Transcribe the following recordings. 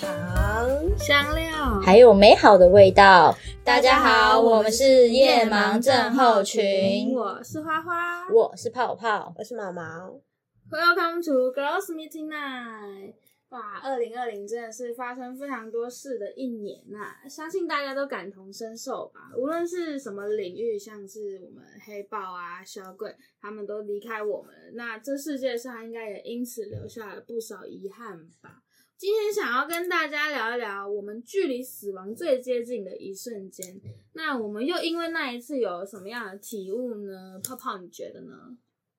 糖、香料，还有美好的味道。大家好我们是夜盲症候群我是花花。我是泡泡，我是毛毛， Welcome to Girls Meeting Night。哇，二零二零真的是发生非常多事的一年呐、相信大家都感同身受吧。无论是什么领域，像是我们黑豹啊、小鬼，他们都离开我们了，那这世界上应该也因此留下了不少遗憾吧。今天想要跟大家聊一聊我们距离死亡最接近的一瞬间，那我们又因为那一次有什么样的体悟呢？泡泡，你觉得呢？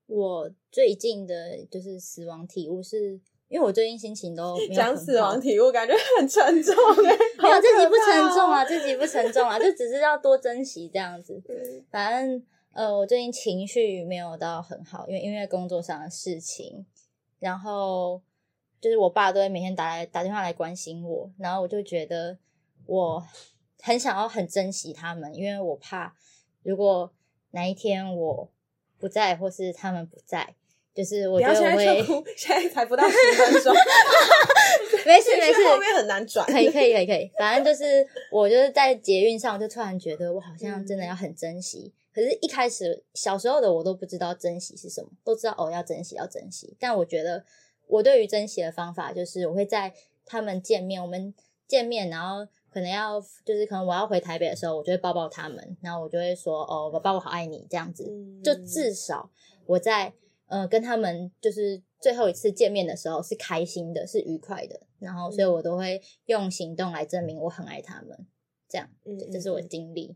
我最近的就是死亡体悟是，因为我最近心情都没有讲很死好亡体悟感觉很沉重哎、 没有这集己不沉重哦啊，，这集不沉重啊，就只是要多珍惜这样子。嗯反正呃，我最近情绪没有到很好，因为因为工作上的事情，然后就是我爸都会每天打来打电话来关心我，然后我就觉得我很想要很珍惜他们，因为我怕如果哪一天我不在或是他们不在，就是我不觉哦要得现我在会就哭， 现在才不到十分钟， 没 事其没实后事，面很难转。可以可以可以可以，反正就是我就是在捷运上，我就突然觉得我好像真的要很珍惜。可是，一开始小时候的我都不知道珍惜是什么，都知道哦要珍惜要珍惜。但我觉得我对于珍惜的方法就是，我会在他们见面，我们见面，然后可能要就是可能我要回台北的时候，我就会抱抱他们，然后我就会说哦爸爸我好爱你这样子。嗯就至少我在呃跟他们就是最后一次见面的时候是开心的，是愉快的，然后所以我都会用行动来证明我很爱他们。这样，嗯对嗯这是我的嗯经历。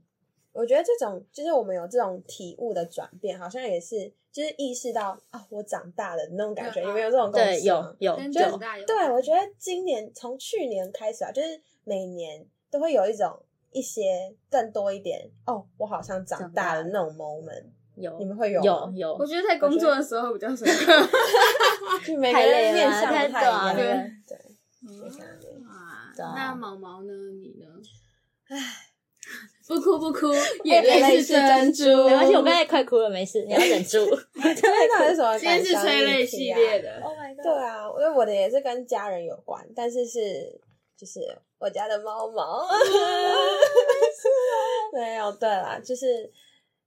我觉得这种就是我们有这种体悟的转变，好像也是就是意识到啊、我长大了那种感觉，嗯有没有这种共对，识吗有有跟有长，大有对，关我觉得今年从去年开始啊，就是每年都会有一种一些更多一点哦，我好像长长大大了了那种 moment，有你们会有有吗我有，觉得在工作的时候比较深刻。就每个太累人了面向太不太一样，短对了 嗯对，非常累。哇，对啊那毛毛呢？你呢？ 不哭不哭，眼眼泪泪是是珍珍珠珠。 没关系，我刚才快哭了，没事，你要忍 住。那 到底是什么感今天是伤催议泪题系啊列的， Oh my god！对啊，因为我的也是跟家人有关，但是是就是我家的猫啊猫，哦 没有对啦，就是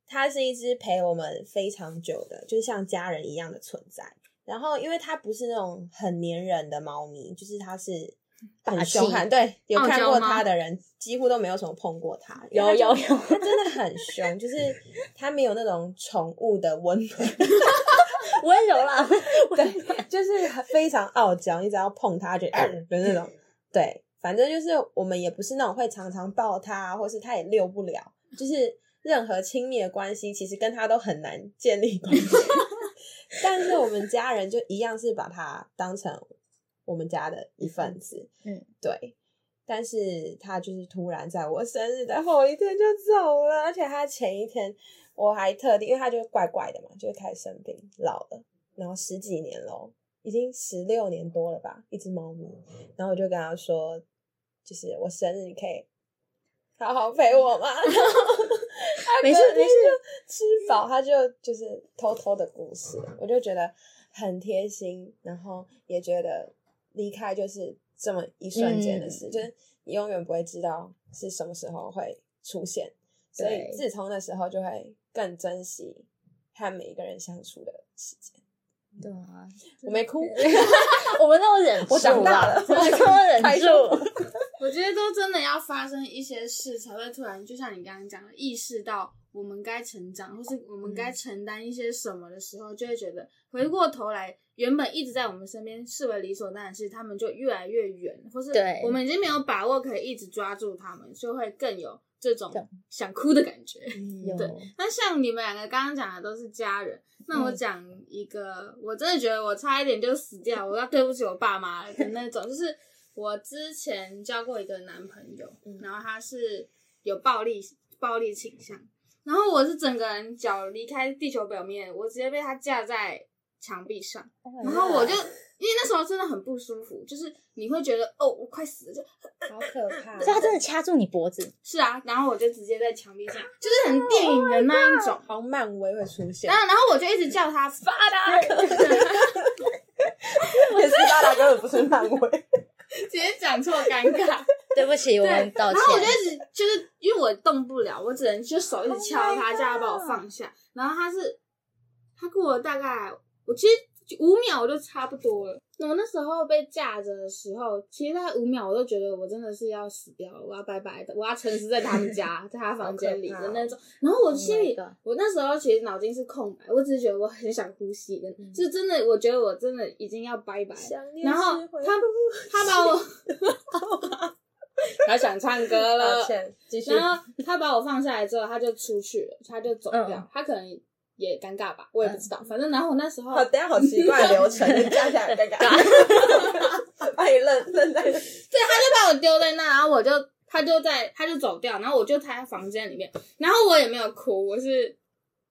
它是一只陪我们非常久的，就是像家人一样的存在。然后，因为它不是那种很粘人的猫咪，就是它是很霸凶气悍，对，有傲看娇过吗它的人几乎都没有什么碰过 它，因有为它有就有，它真的很凶，就是它没有那种宠物的温暖。温柔 啦，对，就是非常傲娇，你只要碰它就呃的那 种。对，反正就是我们也不是那种会常常抱它，或是它也遛不了，就是任何亲密的关系，其实跟它都很难建立关系。 但是我们家人就一样是把它当成我们家的一份子。嗯，对。但是它就是突然在我生日的后一天就走了，而且它前一天我还特地，因为它就怪怪的嘛，就开始生病，老了。然后十几年咯，已经十六年多了吧，一只猫咪。然后我就跟他说，就是我生日你可以好好陪我吗？ 然后他没事隔天没事就吃饱他就就是偷偷的故事，我就觉得很贴心，然后也觉得离开就是这么一瞬间嗯的事，就是你永远不会知道是什么时候会出现，所以对自从那时候就会更珍惜和每一个人相处的时间。对啊，我没哭， 我们都忍住我长大啦了我们都忍住。我觉得都真的要发生一些事，才会突然，就像你刚刚讲的，意识到我们该成长，或是我们该承担一些什么的时候，就会觉得回过头来，原本一直在我们身边视为理所当然的事，他们就越来越远，或是对我们已经没有把握可以一直抓住他们，就会更有这种对想哭的感觉。有有对那像你们两个刚刚讲的都是家人，那我讲一个，我真的觉得我差一点就死掉，我要对不起我爸妈了的那种，就是我之前交过一个男朋友嗯，然后他是有暴力暴力倾向，然后我是整个人脚离开地球表面，我直接被他架在墙壁上。然后我就因为那时候真的很不舒服，就是你会觉得哦，我快死了，就好可怕所以他真的掐住你脖子，是啊，然后我就直接在墙壁上，就是很电影的那一种。好漫威会出现然，后，然后我就一直叫他发达，直也是巴达根本不是漫威，接讲讲错，尴尬。 对不起，我对，们道然歉。后我就一直就是因为我动不了，我只能就手一直敲 Oh my 他， God 叫他把我放下。然后他是他过了大概，我其实五秒我就差不多了。我那时候被架着的时候，其实大概五秒我都觉得我真的是要死掉了，我要拜拜的，我要沉死在他们 家，在他房间里的那种。然后我心里 Oh my God 我那时候其实脑筋是空白，我只是觉得我很想呼吸的，嗯就真的我觉得我真的已经要拜拜了。想念然后是回他不他把我， 他想唱歌 抱了。歉，继续。然后他把我放下来之后，他就出去了，他就走掉。嗯他可能也尴尬吧，我也不知道。嗯反正然后我那时候，好，等一下好奇怪的流程，你加起来尴 尬，把你愣愣在那。他就把我丢在那，然后我就他就在他就走掉，然后我就在房间里面，然后我也没有哭，我是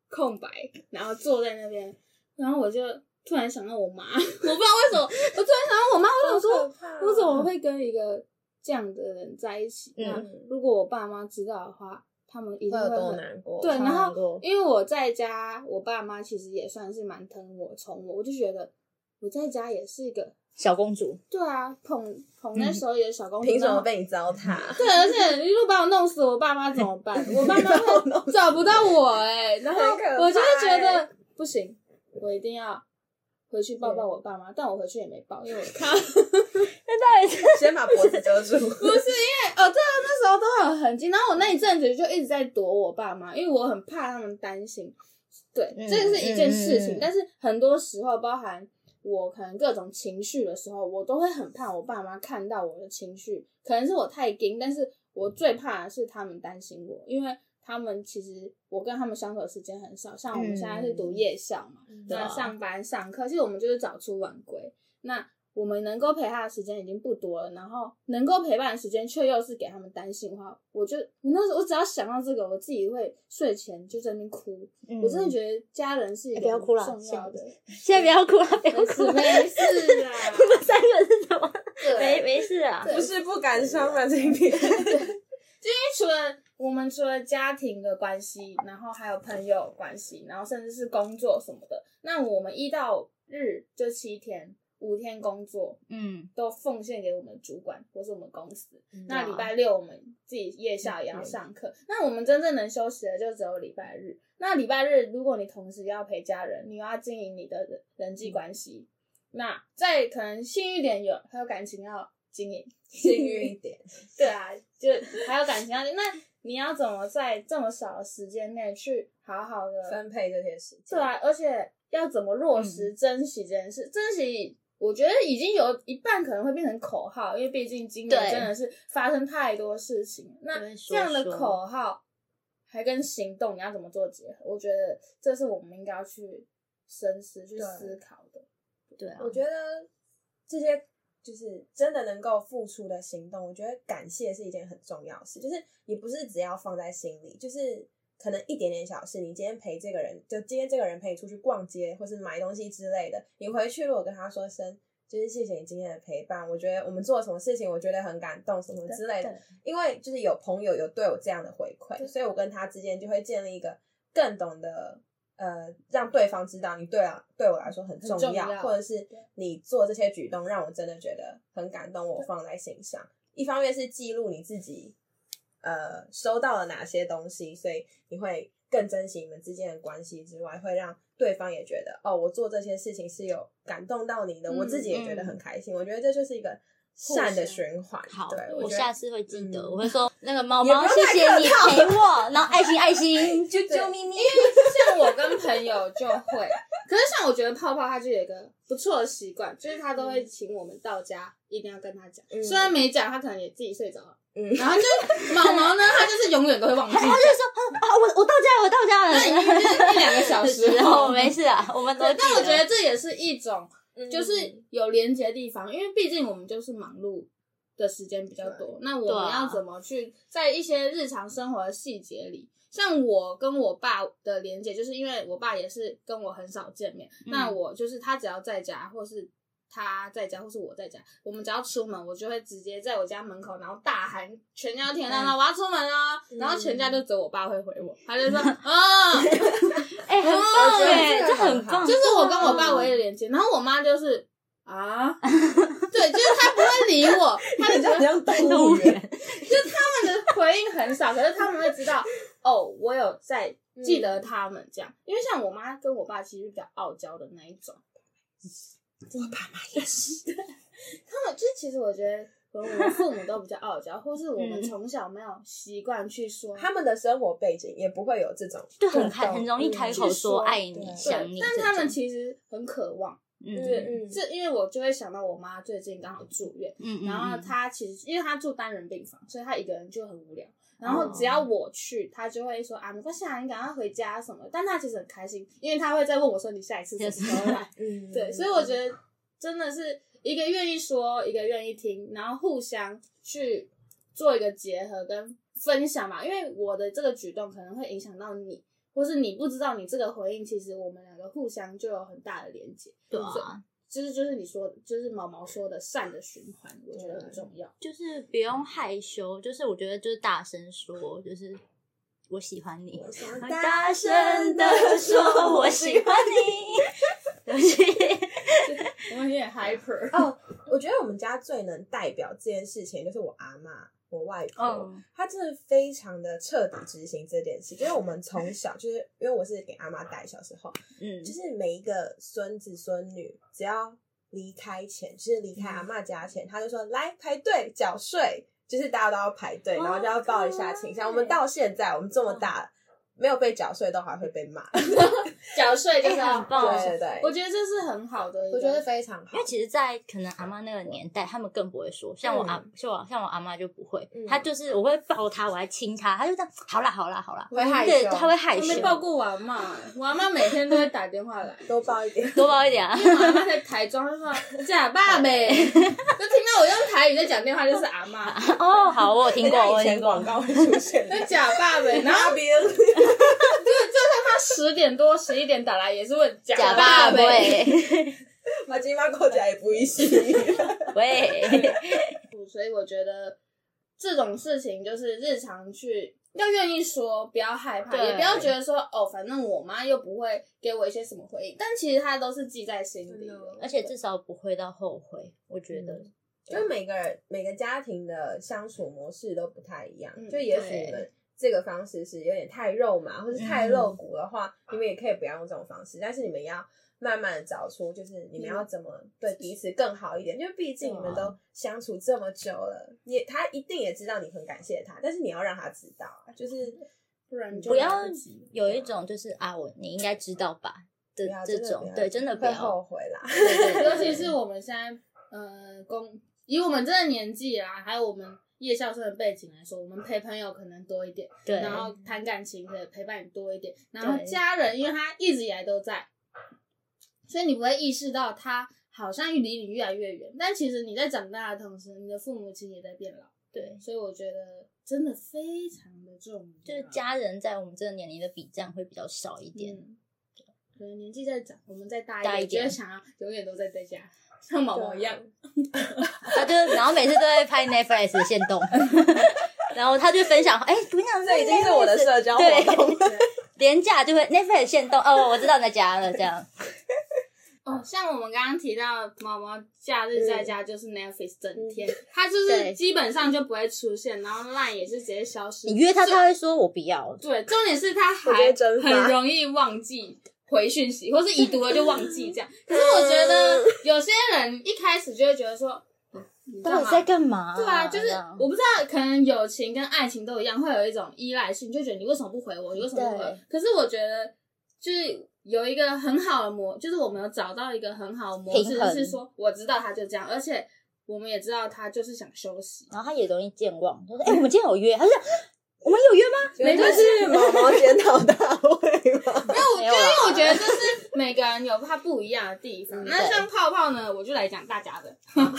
空白，然后坐在那边，然后我就突然想到我妈，我不知道为什么，我突然想到我妈，我想说，我怎么会跟一个这样的人在一起？嗯那如果我爸妈知道的话，他们一定会有多会很。难过？对，然超难后过因为我在家，我爸妈其实也算是蛮疼我、宠我，我就觉得我在家也是一个，小公主，对啊，捧捧那时候也是小公主，凭什然么后被你糟蹋？对，而且一路把我弄死，我爸妈怎么 办？我爸妈会找不到我哎、然后很可怕我就会觉欸得不行，我一定要回去抱抱我爸妈，但我回去也没抱，因为我看。 那到底是先把脖子遮住。不是因为哦，对啊，那时候都很痕迹。然后我那一阵子就一直在躲我爸妈，因为我很怕他们担心。对，嗯这个是一件事情，嗯嗯嗯但是很多时候，包含我可能各种情绪的时候，我都会很怕我爸妈看到我的情绪。可能是我太硬，但是我最怕的是他们担心我，因为他们其实我跟他们相处的时间很少，像我们现在是嗯读夜校嘛，对那啊上班上课，其实我们就是早出晚归。那我们能够陪他的时间已经不多了，然后能够陪伴的时间却又是给他们担心的话，我就我那时候我只要想到这个，我自己会睡前就在那边哭。嗯我真的觉得家人是一哎个不要很哭啦重要的，得现在不要哭了，不要没哭事了。没 事啦，我们三个是什么？对没没事啊。对不是不敢伤感情片，因为除了我们除了家庭的关系，然后还有朋友关系，然后甚至是工作什么的，那我们一到日就七天，五天工作嗯，都奉献给我们主管或是我们公司。那哇礼拜六我们自己夜校也要上课，那我们真正能休息的就只有礼拜日。那礼拜日，如果你同时要陪家人，你又要经营你的人人际关系，那再可能幸运一点有还有感情要经营，幸运一点。对啊，就还有感情要经营。那你要怎么在这么少的时间内去好好的？分配这些时间。对啊，而且要怎么落嗯实珍惜这件事？珍惜。我觉得已经有一半可能会变成口号，因为毕竟今年对真的是发生太多事情了。那就会这说样的说口号还跟行动，你要怎么做结合？我觉得这是我们应该要去深思、去对思考的。对啊，我觉得这些就是真的能够付出的行动，我觉得感谢是一件很重要的事。就是你不是只要放在心里，就是可能一点点小事，你今天陪这个人，就今天这个人陪你出去逛街或是买东西之类的，你回去如果跟他说声。就是谢谢你今天的陪伴，我觉得我们做了什么事情，我觉得很感动，什么之类的。对因为就是有朋友有对我这样的回馈，对所以我跟他之间就会建立一个更懂得呃，让对方知道你对啊对我来说很重很重要或者是对你做这些举动让我真的觉得很感动，我放在心上。一方面是记录你自己呃收到了哪些东西，所以你会更珍惜你们之间的关系之外，会让对方也觉得哦，我做这些事情是有感动到你的，嗯我自己也觉得很开心。我觉得这就是一个。善的互相循环，好对，我觉得下次会记得，嗯我会说那个猫也猫，不用谢太谢客你套陪 我，然后爱心爱心，哦啾啾咪咪，像我跟朋友就会， 可是像我觉得泡泡他就有一个不错的习惯，就是他都会请我们到家一定要跟他讲，嗯虽然没讲，他可能也自己睡着了。嗯然后就毛毛呢，他就是永远都会 忘记讲，啊，我我到家了，我到家了，那已经是一两个小的 时 时后候没事啊，我们都对，但我记觉得这也是一种就是嗯有连接的地方，因为毕竟我们就是忙碌的时间比较多，那我对们啊要怎么去在一些日常生活的细节里？像我跟我爸的连接，就是因为我爸也是跟我很少见面，嗯那我就是他只要在家，或是他在家，或是我在家，我们只要出门，我就会直接在我家门口，然后大喊全家听得到，嗯然后我要出门哦，然后全家就只有我爸会回我，他就 说啊。哎，很哦棒哎，这个这很很好欸棒，哦就是我跟我对啊嗯爸唯一的连接。然后我妈就是 啊，对，就是他不会理我，他就你觉得像像动物园，就是他们的回应很少，可是他们会知道哦，我有在记得他们这嗯样。因为像我妈跟我爸其实比较傲娇的那一种，我爸妈也是。 他们就是其实我觉得。可能我们父母都比较傲娇，或是我们嗯从小没有习惯去说 他们的生活背景也不会有这种就互动，嗯很开，很容易开口去说说爱你、对想对你，但这他们种其实很渴望，对，嗯嗯这因为我就会想到我妈最近刚好住院，嗯，然后嗯她其实因为她住单人病房，所以她一个人就很无聊。然后只要哦我去，她就会说啊，没关系啊，你赶快回家什么的。但她其实很开心，因为她会再问我说你下一次什么时候来。 嗯，对，所以我觉得真的是一个愿意说，一个愿意听，然后互相去做一个结合跟分享嘛。因为我的这个举动可能会影响到你，或是你不知道你这个回应，其实我们两个互相就有很大的连接。对所以啊，就是就是你说的，就是毛毛说的善的循环，我觉得很重要。就是不用害羞，就是我觉得就是大声说，就是我喜 欢你，想大声的说 我喜欢你，对不起，我们有点 hyper，哦，我觉得我们家最能代表这件事情就是我阿妈。我外婆 嗯，她真的非常的彻底执行这件事，就是我们从小就是因为我是给阿妈带，小时候嗯，就是每一个孙子孙女，只要离开前，就是离开嗯阿嬷家前，他就说来排队缴税，就是大家都要排队，哦嗯然后就要报一下倾向。我们到现在，我们这么大了，没有被缴税都还会被骂，缴税就是哎要很棒报对对对我觉得这是很好的一个，我觉得非常好因为。其实，在可能阿妈那个年代，他们更不会说，像我阿，像我像我阿妈就不会嗯，她就是我会抱她，我还亲她，她就这样，好啦好啦好啦，会害羞对，她会害我羞没，报过我阿妈，我阿妈每天都会打电话来。多报一点，多抱一点啊， 因为我阿妈在台中，她说假爸呗，就听到我用台语在讲电话，就是阿妈，哦，好，我有 听过，很像以我有听前过广告会出现 的就假爸呗。然后那边她十点多、十一点打来，也是问假假爸爸呗。喂把金发扣起来也不易行。喂， 所以我觉得这种事情就是日常去要愿意说，不要害怕，对也不要觉得说哦，反正我妈又不会给我一些什么回应，但其实她都是记在心里真的的。而且至少不会到后悔，我觉得，就是每个人每个家庭的相处模式都不太一样，嗯就也许你们这个方式是有点太肉麻或是太嗯露骨的话，你们也可以不要用这种方式，但是你们要慢慢的找出，就是你们要怎么对彼此更好一点，因为毕竟你们嗯对啊都相处这么久了，你他一定也知道你很感谢他，但是你要让他知道啊， 就是不然你就不要来及有一种就是啊，我你应该知道吧的不要这啊真的不种要，对，真的不会后要，悔 啦。对对对 尤其是我们现在呃工以我们这个年纪啊，还有我们夜校生的背景来说，我们陪朋友可能多一点，对，然后谈感情可以陪伴你多一点，然后对家人因为他一直以来都在，所以你不会意识到他好像离你越来越远，但其实你在长大的同时，你的父母亲也在变老，对，所以我觉得真的非常的重要，就是啊家人在我们这个年龄的比占会比较少一点。嗯可能年纪再长，我们再大大一一点，点就会想要永远都在在家，像毛啊毛一样。他就然后每次都会拍 Netflix 的线动， 然后他就分享，哎、我跟你讲，这已经是我的社交活 动对，廉价就会 Netflix 线动，哦，我知道你在家了，这样，哦，像我们刚刚提到毛毛假日在家就是 Netflix 整天，他就嗯对是基本上就不会出现，然后 Line 也是直接消失。你约他，啊他会说我不要，对，重点是他我觉还得真烦很容易忘记回讯息，或是已读了就忘记这样。可是我觉嗯得有些人一开始就会觉得说，嗯你知到道底在吗？干嘛、对啊，就是这样我不知道，可能友情跟爱情都一样，会有一种依赖性，就觉得你为什么不回我，你为什么不回我对？可是我觉得，就是有一个很好的模，就是我们有找到一个很好的模式平，衡是说我知道他就这样，而且我们也知道他就是想休息。然后他也容易健忘，他说，哎、我们今天有约，他说我们有约吗？没就是毛毛检讨大会吗？没有啦，嗯我觉得这是每个人有他不一样的地方。那像泡泡呢，我就来讲大家的。 那泡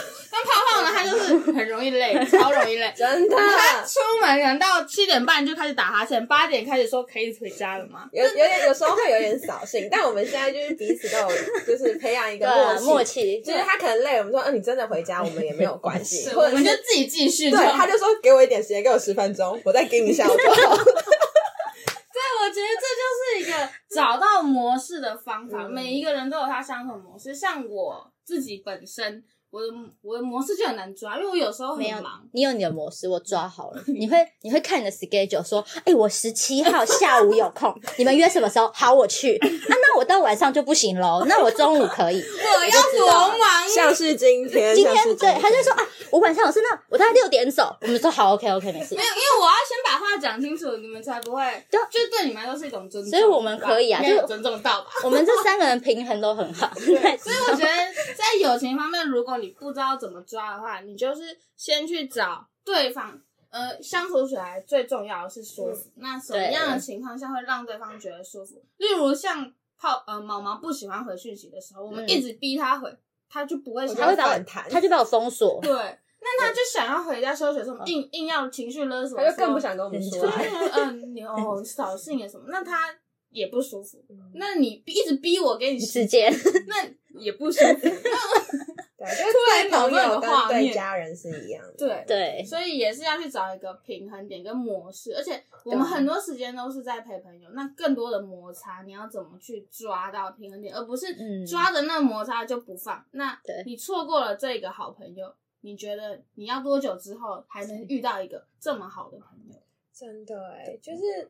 泡呢，他就是很容易累，超容易累。真的，他出门可能到七点半就开始打哈欠，八点开始说可以回家了吗？有有点有时候会有点扫兴，但我们现在就是彼此都有就是培养一个对啊啊默默契，契，就是他可能累，我们说，嗯，你真的回家，我们也没有关系，对或我者们就是自己继续对，做。他就说给我一点时 间，给我十分钟，我再给你一下，我就好。对，我觉得这就是一个找到模式的方法，嗯每一个人都有他相同的模式。像我自己本身，我的我的模式就很难抓，因为我有时候没有很忙，，你有你的模式，我抓好 了。你会你会看你的 schedule 说，哎、我十七号下午有 空，你们约什么时候？好，我去。啊，那我到晚上就不行喽，那我中午可以。我要知道多忙像是今天，今像是天对，他就说啊，我晚上有事，那我大概六点走。我们说好，OK OK，没事没。有，因为我要先把话讲清楚，你们才不会，对就对你们来说是一种尊重吧。所以我们可以啊应该有就尊重到吧。我们这三个人平衡都很好，所以我觉得在友情方面，如果你不知道怎么抓的话，你就是先去找对方。呃，相处起来最重要的是舒服。那什么样的情况下会让对方觉得舒服？例如像泡呃毛毛不喜欢回讯息的时候，我们嗯一直逼他回，他就不会想他会把我反弹 他就把我封锁。对，那他就想要回家休息，什么硬硬要情绪勒索，他就更不想跟我们说对了。嗯，你哦扫兴也什么，那他也不舒服。那你逼一直逼我给你时时间，间，那也不舒服。对，就是突然对讨朋论友的跟画对面家人是一样的。对，对，所以也是要去找一个平衡点跟模式，而且我们对很多时间都是在陪朋友，那更多的摩擦，你要怎么去抓到平衡点，而不是嗯抓着那摩擦就不放。那对你错过了这个好朋友，你觉得你要多久之后还能遇到一个这么好的朋友？真的哎、就是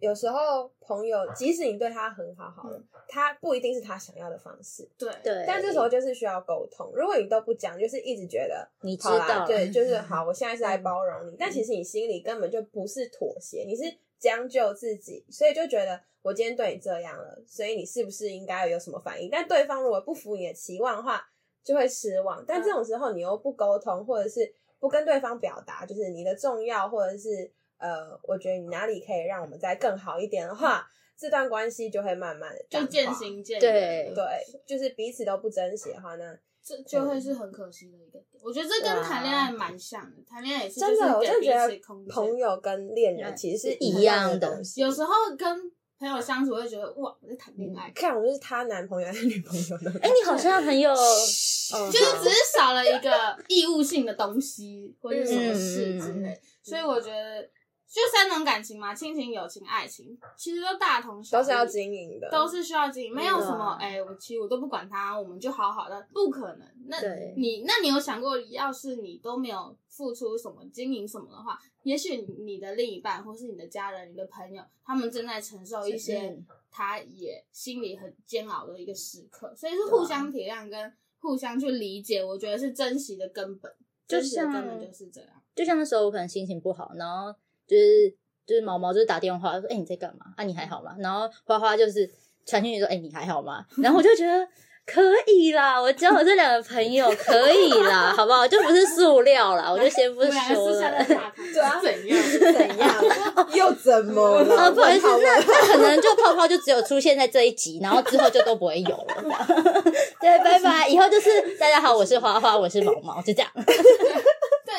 有时候朋友，即使你对他很好，好了，他不一定是他想要的方式，对对。但这时候就是需要沟通。如果你都不讲，就是一直觉得你知好啦道了嗯对， 就是好，我现在是来包容你，但其实你心里根本就不是妥协，你是将就自己，所以就觉得我今天对你这样了，所以你是不是应该有什么反应？但对方如果不符你的期望的话，就会失望。但这种时候你又不沟通，或者是不跟对方表达，就是你的重要，或者是呃，我觉得你哪里可以让我们再更好一点的话，这段关系就会慢慢的就渐。行渐对远，对，就是彼此都不珍惜的话，那这就会是很可惜的一个点。我觉得这跟谈恋爱蛮像的，谈恋爱也是啊真就的，是我真的给彼觉此得空朋间。友跟恋人其实是一样样的东西。嗯有时候跟朋友相处会觉得哇，我在谈恋爱，看我就是她男朋友还是女朋友呢？ 哎，你好像很有，嗯就是只是少了一个义务性的东西或者什么事之嗯类，所以我觉得就三种感情嘛，亲情、友情、爱情，其实都大同小异，都是要经营的，都是需要经营，没有什么嗯哎、我其实我都不管他，我们就好好的，不可能。那对你那你有想过，要是你都没有付出什么经营什么的话，也许你的另一半或是你的家人、你的朋友，他们正在承受一些嗯他也心里很煎熬的一个时刻，所以是互相体谅跟互相去理解，我觉得是珍惜的根本，就珍惜的根像本就是这样。就像那时候我可能心情不好，然后就是就是毛毛就是打电话说，哎、你在干嘛？啊，你还好吗？然后花花就是传讯息说，哎、你还好吗？然后我就觉 得。可以啦，我交我这两个朋友可以啦，好不好？就不是塑料啦，我就先 我不们两说个私下在 了。打卡，是对啊怎 样？是怎样？啊又怎么 了？呃，不好意思，问那那可能就泡泡就只有出现在这一集，然后之后就都不会有了。 对，拜拜，以后就是大家好，我是花花，我是毛毛，就这样。对，因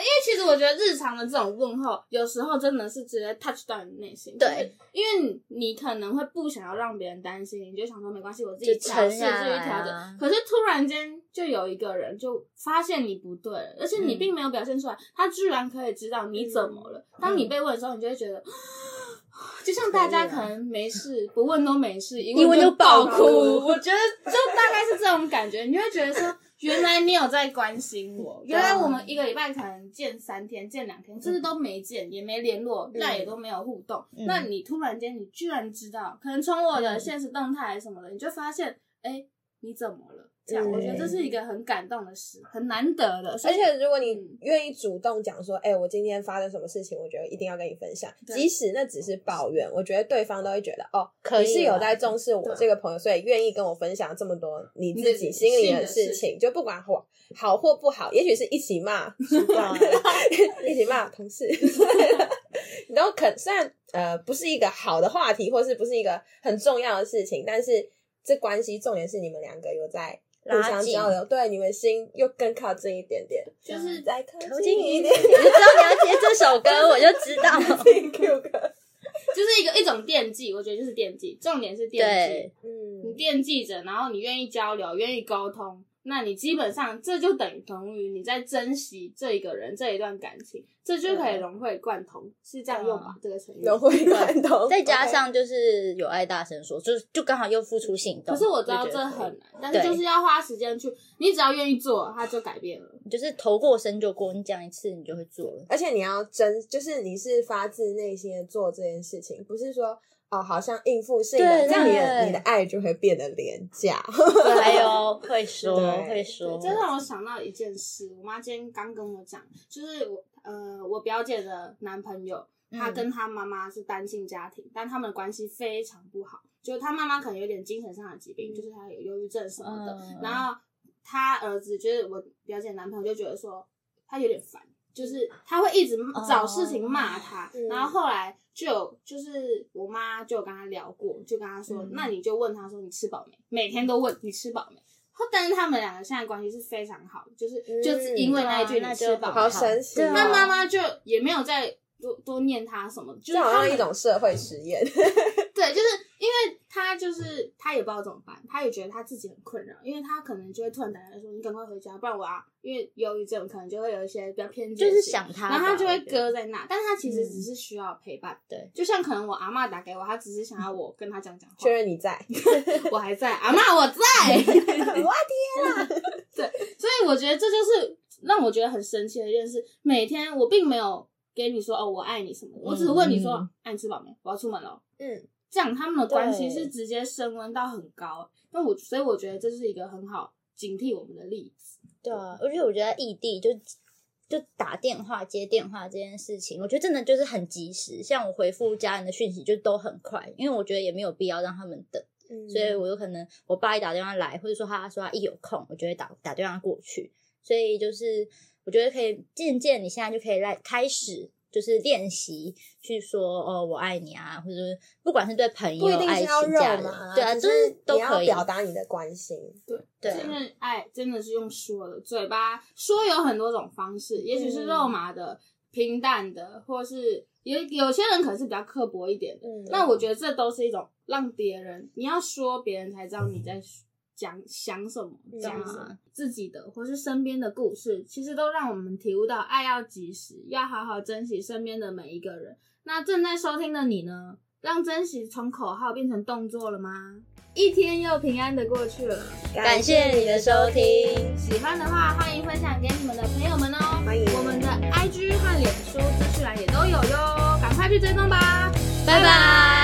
为其实我觉得日常的这种问候，有时候真的是直接 touch 到你内心。对，因为你可能会不想要让别人担心，你就想说没关系，我自己就调撑试，自己下来调啊整。可是突然间就有一个人就发现你不对了，而且你嗯并没有表现出来，他居然可以知道你怎么了。当你被问的时候，你就会觉得。 就像大家嗯可以可啊能没事，不问都没事，一一问就就爆哭。哭我觉得就大概是这种感觉，你就会觉得 说，原来你有在关心我，啊原来我们一个礼拜可能见三天、见两天，甚至都没见，也没联络，那也都没有互动。嗯那你突然间，你居然知道，可能从我的现实动态什么的，你就发现，哎、你怎么了？这样，嗯我觉得这是一个很感动的事，很难得的。所而以且如果你嗯愿意主动讲说，哎、我今天发生什么事情，我觉得一定要跟你分享，对即使那只是抱怨，我觉得对方都会觉得，哦，可以你是有了在重视我对这个朋友，所以愿意跟我分享这么多你你自自己己心里信的的事事情，就不管好好或不好，也许是一起骂主管， 一起骂同事。你都肯，虽然呃不是一个好的话题，或是不是一个很重要的事情，但是这关系重点是你们两个有在互拉相近交流，对你们心又更靠近一点点，就是再靠头近巾一一点点，。你就知道你要接这首歌，我就知道。 Q 哥，就是一个一种惦记，我觉得就是惦记，重点是惦记对。，嗯你惦记着，然后你愿意交流，愿意沟通，那你基本上这就等同于你在珍惜这一个人这一段感情，这就可以对融会贯通，是这样用吧？这个成语融会贯通，再加上就是有爱大声说，就是就刚好又付出行动。可是我知道就这觉得很难，但是对就是要花时间去，你只要愿意做，它就改变了。就是头过身就过，你讲一次你就会做 了。而且你要真，就是你是发自内心的做这件事情，不是说哦，好像应付性的，对这样你的对你的爱就会变得廉价。还有哎会说对会说，这让我想到一件事，我妈今天刚跟我讲，就是我呃我表姐的男朋友，他嗯跟他妈妈是单亲家庭，但他们的关系非常不好，就是他妈妈可能有点精神上的疾病，就是他有忧郁症什么的，嗯然后他儿子就是我表姐男朋友就觉得说他有点烦，就是他会一直哦找事情骂他，嗯然后后来就有就是我妈就有跟他聊过，就跟他说，嗯那你就问他说你吃饱没？每天都问你吃饱没？后但是他们两个现在关系是非常好的，就是、嗯就是因为那一句哇你啊那就吃饱很没，好神奇哦对啊那妈妈就也没有再多多念他什么，就这是好他像一们种社会实验，对，就是因为他就是他也不知道怎么办，他也觉得他自己很困扰，因为他可能就会突然打电话说：“你赶快回家，不然我啊，因为忧郁症可能就会有一些比较偏见就的是行为想他吧，然后他就会我觉搁得。在那，但是他其实嗯只是需要陪伴。对，就像可能我阿嬷打给我，她只是想要我跟她讲讲话确，认你在。 我还在，阿嬷我我在。的所以我觉得这就是让我觉得很神奇的一件事。每天我并没有给你说哦我爱你什么的，我只是问你说嗯哎你吃饱没？我要出门了。嗯，这样他们的关系对是直接升温到很高。那我所以我觉得这是一个很好警惕我们的例子。对啊，而且我觉得异地就就打电话接电话这件事情，我觉得真的就是很及时。像我回复家人的讯息就都很快，因为我觉得也没有必要让他们等，嗯所嗯以我有可能我爸一打电话来，或者说他说他一有空，我就会打打电话过去。所以就是我觉得可以渐渐，你现在就可以来开始。就是练习去说哦，我爱你啊，或者是不管是对朋友、不一定爱是情要、家肉人麻，，对啊，只就是都你要可以表达你的关心。对啊因为爱真的是用说的，嘴巴说有很多种方式，也许是嗯肉麻的、平淡的，或是有有些人可能是比较刻薄一点的。嗯那我觉得这都是一种让别人，你要说别人才知道你在讲想什么，嗯讲什么，自己的或是身边的故事，其实都让我们体悟到爱要及时，要好好珍惜身边的每一个人。那正在收听的你呢？让珍惜从口号变成动作了吗？一天又平安的过去了。感谢你的收听。喜欢的话，欢迎分享给你们的朋友们哦。欢迎我们的 IG 和脸书资讯栏也都有哟，赶快去追踪吧。拜拜。